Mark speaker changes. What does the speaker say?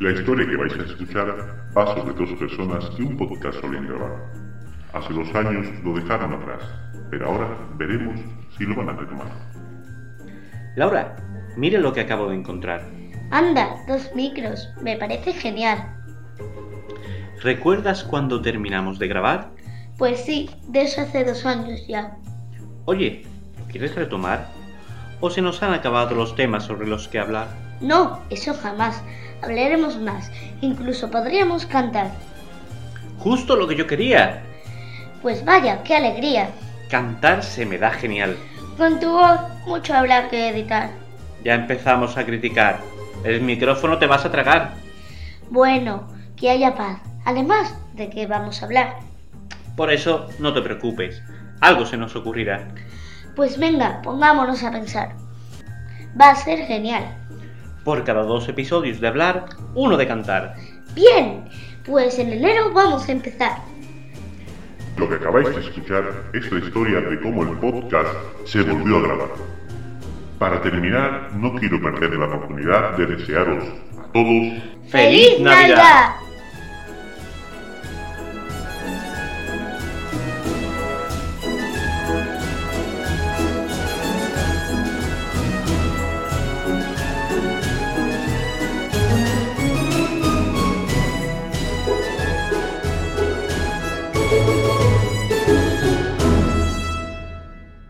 Speaker 1: La historia que vais a escuchar va sobre dos personas que un podcast solían grabar. Hace dos años lo dejaron atrás, pero ahora veremos si lo van a retomar.
Speaker 2: Laura, mire lo que acabo de encontrar.
Speaker 3: Anda, dos micros, me parece genial.
Speaker 2: ¿Recuerdas cuando terminamos de grabar?
Speaker 3: Pues sí, de eso hace dos años ya.
Speaker 2: Oye, ¿quieres retomar? ¿O se nos han acabado los temas sobre los que hablar?
Speaker 3: No, eso jamás. Hablaremos más. Incluso podríamos cantar.
Speaker 2: Justo lo que yo quería.
Speaker 3: Pues vaya, qué alegría.
Speaker 2: Cantar se me da genial.
Speaker 3: Con tu voz mucho habrá que editar.
Speaker 2: Ya empezamos a criticar. El micrófono te vas a tragar.
Speaker 3: Bueno, que haya paz. Además, ¿de qué vamos a hablar?
Speaker 2: Por eso, no te preocupes. Algo se nos ocurrirá.
Speaker 3: Pues venga, pongámonos a pensar. Va a ser genial.
Speaker 2: Por cada dos episodios de hablar, uno de cantar.
Speaker 3: Bien, pues en enero vamos a empezar.
Speaker 1: Lo que acabáis de escuchar es la historia de cómo el podcast se volvió a grabar. Para terminar, no quiero perder la oportunidad de desearos a todos
Speaker 3: ¡Feliz Navidad!